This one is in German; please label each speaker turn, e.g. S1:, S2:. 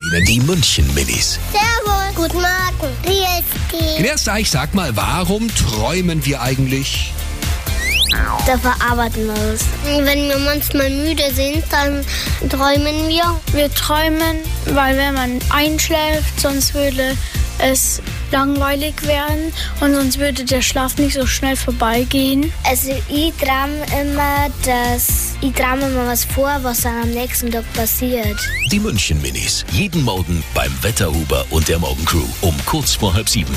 S1: Ihnen die München Minis.
S2: Servus. Guten Morgen. Wie ist die?
S1: Erst ich sag mal, warum träumen wir eigentlich?
S2: Da verarbeiten wir es. Wenn wir manchmal müde sind, dann träumen wir.
S3: Wir träumen, weil wenn man einschläft, sonst würde es langweilig werden und sonst würde der Schlaf nicht so schnell vorbeigehen.
S2: Also ich träume immer, dass ich träume immer was vor, was dann am nächsten Tag passiert.
S1: Die München Minis. Jeden Morgen beim Wetterhuber und der Morgencrew um kurz vor halb sieben.